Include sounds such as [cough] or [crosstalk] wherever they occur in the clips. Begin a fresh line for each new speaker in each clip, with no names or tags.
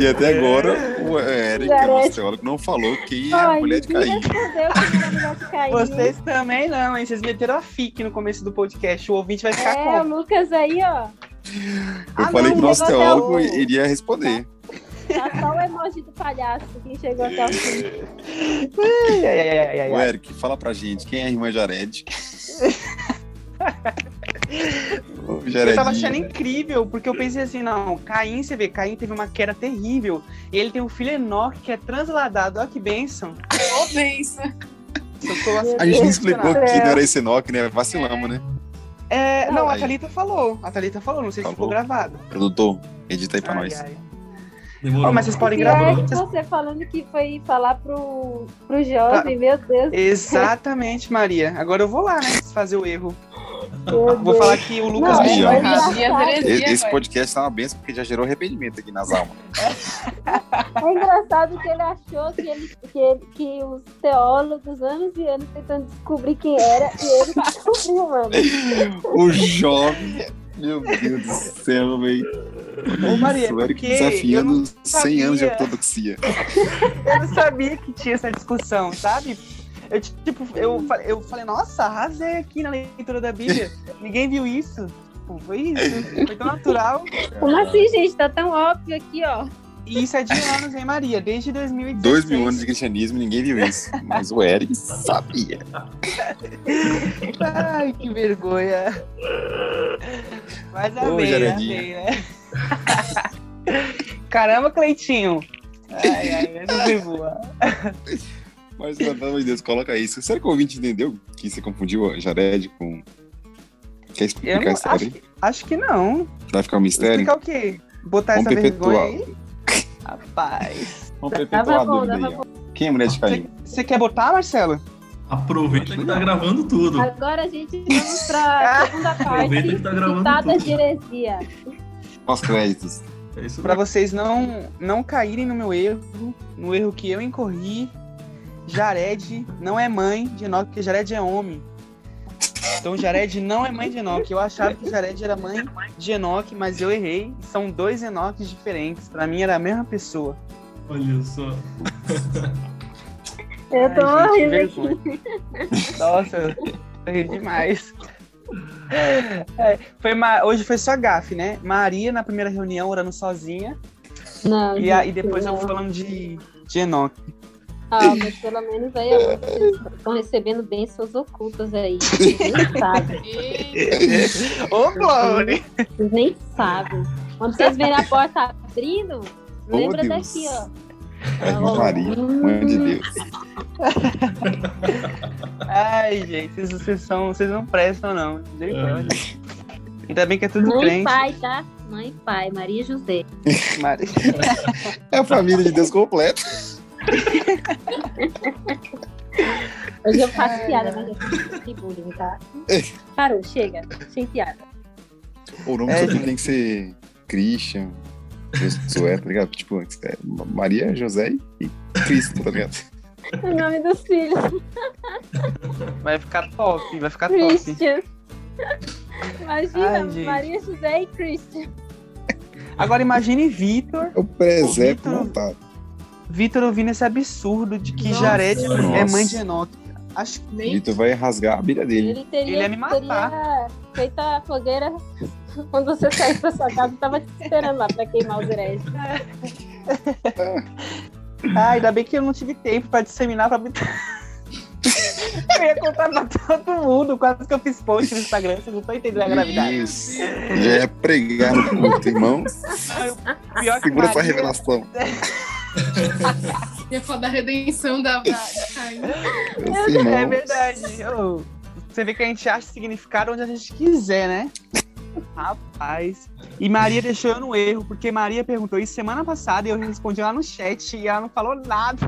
E até agora
É.
o Eric,
Garante.
nosso teólogo, não falou que é a
Ai,
mulher de Caim.
ninguém respondeu que era mulher de
[laughs]
Caim. É,
Vocês também não, hein? Vocês meteram a FIC no começo do podcast. O ouvinte vai ficar
É, o
como?
Lucas aí, ó.
Eu
Ah,
falei
não,
que nosso
mas até
teólogo
o-
iria responder.
Tá só o emoji do palhaço que chegou até o fim.
Ai, ai, ai, ai, ai,
O
ai.
Eric, fala pra gente, quem é a irmã Jared? Ô,
Eu tava achando
Jaredinho.
incrível, porque eu pensei assim, não, Caim, você vê, Caim teve uma queda terrível. E ele tem um filho Enoque que é transladado, olha que bênção.
Ô, benção.
Eu tô assim,
A gente não
Meu
explicou
impressionado.
que não era esse Enoch, né? Vacilamos, né?
É, não, a
Aí.
Thalita falou. A Thalita falou, não sei se ficou
Falou.
gravado.
Produtor, edita aí pra
Ai,
nós.
ai.
Demorou.
Ó, mas vocês podem
E
gravar.
é você falando que foi falar pro, pro
Ah,
jovem, meu Deus.
Exatamente, Maria. Agora eu vou lá, né? Fazer o erro.
Meu
Vou
Deus.
falar que o Lucas
Não, é
Aí,
pediu
ó.
errado.
Hoje em dia,
E-
heresia,
Esse
vai.
podcast tá uma benção porque já gerou arrependimento aqui nas almas.
É engraçado que ele achou que, ele, que, ele- que os teólogos, anos e anos, tentando descobrir quem era, e ele descobriu, mano.
O jovem. Meu Deus do céu, velho.
Ô, Maria,
Isso, o Eric
porque eu
desafiando
não
100 anos de
sabia.
ortodoxia.
Eu não sabia que tinha essa discussão, sabe? Eu, tipo, eu, fa- eu falei, nossa, arrasei aqui na leitura da Bíblia. Ninguém viu isso. Tipo, foi isso. Foi tão natural.
Como assim, gente? Tá tão óbvio aqui, ó.
E isso é de anos, hein, Maria? Desde 2016.
Dois mil anos de cristianismo, ninguém viu isso. Mas o
[laughs]
Eric sabia.
Ai, que vergonha. Mas
Ô,
amei,
Jaredinho.
amei, né? Caramba, Cleitinho. Ai, ai, eu não fui boa.
Mas, pelo amor de Deus, coloca isso. Será que o ouvinte entendeu que você confundiu a Jared com. Quer
Eu
explicar
não,
a história?
acho, que- acho que não.
aí? Vai ficar um mistério?
Explicar o quê? Botar
Vamos
essa vergonha
perpetuar.
aí? Rapaz.
Vamos
Dava
perpetuar a
bom,
dúvida
dava
aí, ó. Quem é a mulher de Caim?
Você quer botar, Marcelo?
Aproveita que tá gravando tudo.
Agora a gente vamos
Ah.
pra segunda
Aproveita que
parte,
tá gravando
citada
tudo.
de heresia.
Os créditos.
É isso
Pra
mesmo.
vocês não não caírem no meu erro, no erro que eu incorri, Jared não é mãe de Enoch, porque Jared é homem. Então Jared não é mãe de Enoch. Eu achava que Jared era mãe de Enoch, mas eu errei. São dois Enochs diferentes. Pra mim era a mesma pessoa.
Olha só.
Eu tô
Ai, gente,
horrível aqui.
vergonha. Nossa, eu ri demais. É, foi uma- hoje foi só gafe, né? Maria na primeira reunião orando sozinha.
Não,
E, a- e
gente,
depois eu
não.
falando de, de Enoch.
[laughs]
Ah, mas pelo menos aí agora vocês estão recebendo bênçãos ocultas aí. Vocês
[laughs]
nem sabem.
E-
Ô, Glória!
Vocês nem sabem. Quando vocês verem a porta abrindo,
Ô,
lembra
Oh, Deus.
daqui, ó. Tá Hum,
A irmã Maria, mãe de Deus.
Ai, gente, vocês, vocês são, vocês não prestam, não. Misericórdia.
Olha.
Ainda bem que é tudo
Mãe e
crente.
pai, tá? Mãe e pai, Maria e José.
Mari.
É a família de Deus completa.
Hoje eu faço piada, mas eu faço de bullying, tá? Parou, chega. Sem piada.
[laughs] O nome do seu
É, gente.
filho tem que ser Christian, Josué, tá ligado? Tipo, é Maria, José e Cristo, tá ligado?
O nome dos filhos,
Vai ficar top, vai ficar top.
Christian. Imagina,
Ai, gente.
Maria, José e Christian.
Agora imagine Vitor.
É o presépio
Ô, Vitor.
montado.
Vitor ouvindo esse absurdo de que
Nossa.
Jared é
Nossa.
mãe de Enoch. Acho que
Nem
Vitor vai rasgar a bíblia dele.
Ele teria,
Ele ia me matar.
teria feito a fogueira [laughs] quando você saiu da sua casa, tava te esperando lá pra queimar os
[laughs]
hereges.
Ah, ainda bem que eu não tive tempo pra disseminar pra. [laughs] eu ia contar pra todo mundo. Quase que eu fiz post no Instagram, vocês não estão entendendo a gravidade.
Isso. Já é pregar no culto, irmão.
Pior que
Segura essa
Maria-
revelação.
ia falar é da redenção da da- da Caim.
Esse
É
irmão.
verdade. Ô, Você vê que a gente acha significado onde a gente quiser, né? Rapaz. E Maria deixou eu no erro, porque Maria perguntou isso semana passada e eu respondi lá no chat e ela não falou nada.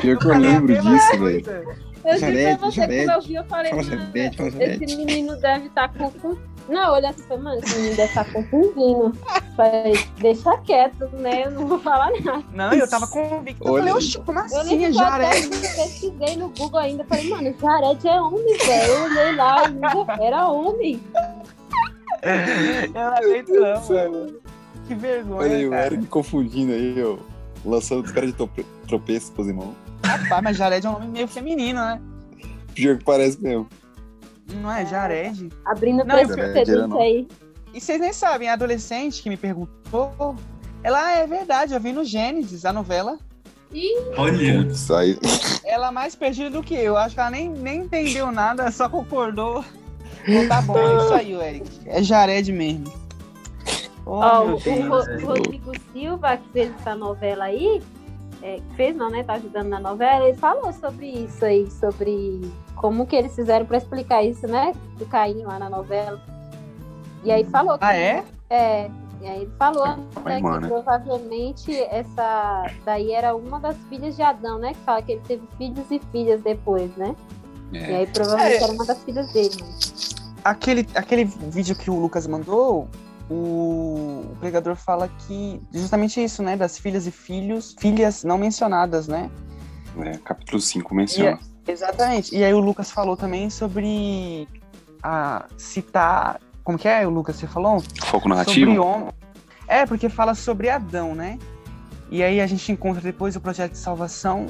Pior que eu
falei a
lembro
mesma
disso, velho.
coisa.
Eu disse pra
Janete,
você,
Janete.
como eu vi, eu falei,
Fala,
mano,
Janete, fala,
esse
Janete.
menino deve estar confundindo. Não, olha assim, falei, mano, esse menino deve estar confundindo. Falei, deixa quieto, né? Eu não vou falar nada.
Não, eu tava convicto. Eu
Olha
falei,
aí.
oxe, como
Eu nem
assim,
ficou até
Jaré?
que eu pesquisei no Google ainda. Falei, mano, Jared é homem, velho. Eu olhei lá, o Google era homem. é.
Eu não aceito, não, mano. é
Olha aí,
Que vergonha,
o
cara.
Eric confundindo aí, ó. Lançando os caras de trope- tropeço pros irmãos.
Rapaz, mas Jared é um nome meio feminino, né?
Pior que parece mesmo.
Não é Jared?
Abrindo
Não,
eu-
precedente aí.
E vocês nem sabem, a adolescente que me perguntou, ela "Ah, é verdade, eu vi no Gênesis, a novela.
Olha,
Putz, aí.
Ela é mais perdida do que eu, acho que ela nem, nem entendeu nada, só concordou. Então, tá bom, é isso aí, o Eric. É Jared mesmo. Oh,
Ó, Ah, o,
meu
o
Deus.
Ro- o Rodrigo Silva, que fez essa novela aí, é, que fez não, né? Tá ajudando na novela, ele falou sobre isso aí, sobre como que eles fizeram pra explicar isso, né? Do Caim lá na novela. E aí falou que
Ah, é?
É, e aí ele falou
Vai,
né,
mano.
que provavelmente essa daí era uma das filhas de Adão, né? Que fala que ele teve filhos e filhas depois, né? E aí provavelmente
É.
era uma das filhas dele. né?
Aquele, aquele vídeo que o Lucas mandou, o, o pregador fala que justamente isso, né? Das filhas e filhos, filhas não mencionadas, né?
É, capítulo 5 menciona.
Exatamente. E aí o Lucas falou também sobre a citar. Como que é, o Lucas? Você falou?
Foco
Sobre
narrativo.
homem. É, porque fala sobre Adão, né? E aí a gente encontra depois o projeto de salvação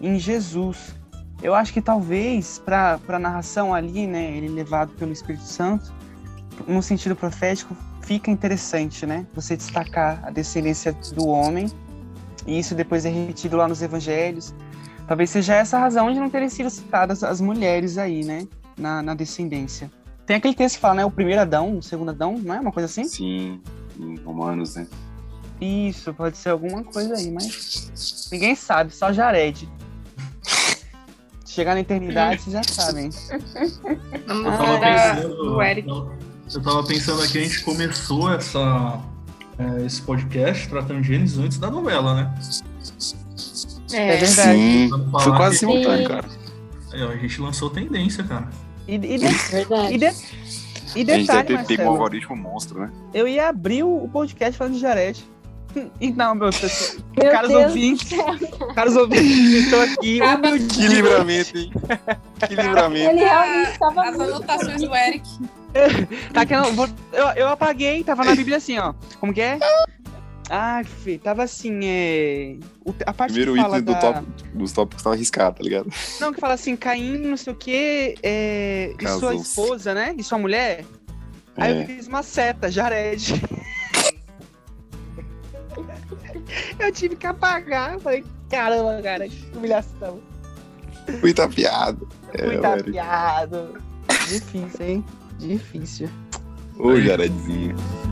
em Jesus. Eu acho que talvez para a narração ali, né, ele levado pelo Espírito Santo, no sentido profético, fica interessante, né? Você destacar a descendência do homem. E isso depois é repetido lá nos evangelhos. Talvez seja essa a razão de não terem sido citadas as mulheres aí, né, na, na descendência. Tem aquele texto que fala, né, o primeiro Adão, o segundo Adão, não é uma coisa assim?
Sim, em Romanos, né?
Isso, pode ser alguma coisa aí, mas. Ninguém sabe, só Jared. Chegar na eternidade, vocês já sabem.
Vamos
eu tava
mandar
pensando.
o Eric.
Eu tava pensando aqui, a gente começou essa, é, esse podcast tratando de Gênesis antes da novela, né?
É
É.
verdade.
Sim.
Vamos falar
Foi quase
que-
simultâneo,
Sim.
cara.
Aí,
assim.
ó, a gente lançou tendência, cara.
E, e, de-
Verdade.
e, de- e
A gente deve ter
detalhe,
pego um
Marcelo,
algoritmo monstro, né?
eu ia abrir o podcast falando de Jared. [laughs] E não, meus pessoas-
Meu
caros
Deus.
ouvintes, caros ouvintes, estou
[laughs]
aqui
Acaba-
Que
humilde.
livramento,
[laughs]
hein? Que livramento.
Ele realmente estava
As
muito.
anotações do Eric.
Tá que eu, vou- eu, eu apaguei, tava na Bíblia assim, ó. Como que é? Ah, fi, tava assim, é... o- a parte
Primeiro
que fala
item do
da-
top, dos tópicos tava arriscado, tá ligado?
Não, que fala assim, Caim, não sei o quê, é, e sua
Casou-se.
esposa, né? E sua mulher. Aí eu
É.
fiz uma seta, Jared. [laughs] eu tive que apagar. Eu Falei, caramba, cara, que humilhação.
Fui tapeado. É,
Fui
o Eric.
tapeado. Difícil, hein? Difícil.
Ô, Jaredzinho.